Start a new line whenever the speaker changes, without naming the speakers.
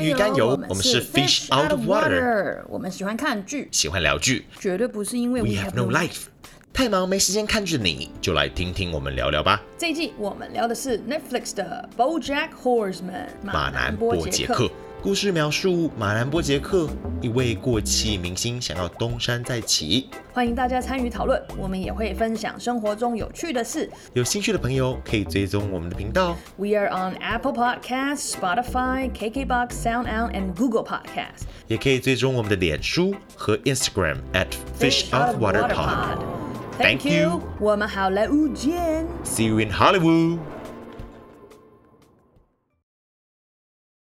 鱼肝油，我们
是
Fish Out of Water，
我们喜欢看剧，
喜欢聊剧
绝对不是因为
We Have No Life。太忙没时间看剧的你，就来听听我们聊聊吧。
这一季我们聊的是 Netflix 的《BoJack Horseman》
马南波杰克。故事描述马兰波杰克，一位过气明星想要东山再起。
欢迎大家参与讨论，我们也会分享生活中有趣的事。
有兴趣的朋友可以追踪我们的频道。
We are on Apple Podcasts, Spotify, KKBox, SoundOn, and Google Podcasts.
也可以追踪我们的脸书和 Instagram at Fish Out Water Pod。
Thank
Thank you
you，我们好莱坞见。
See you in Hollywood.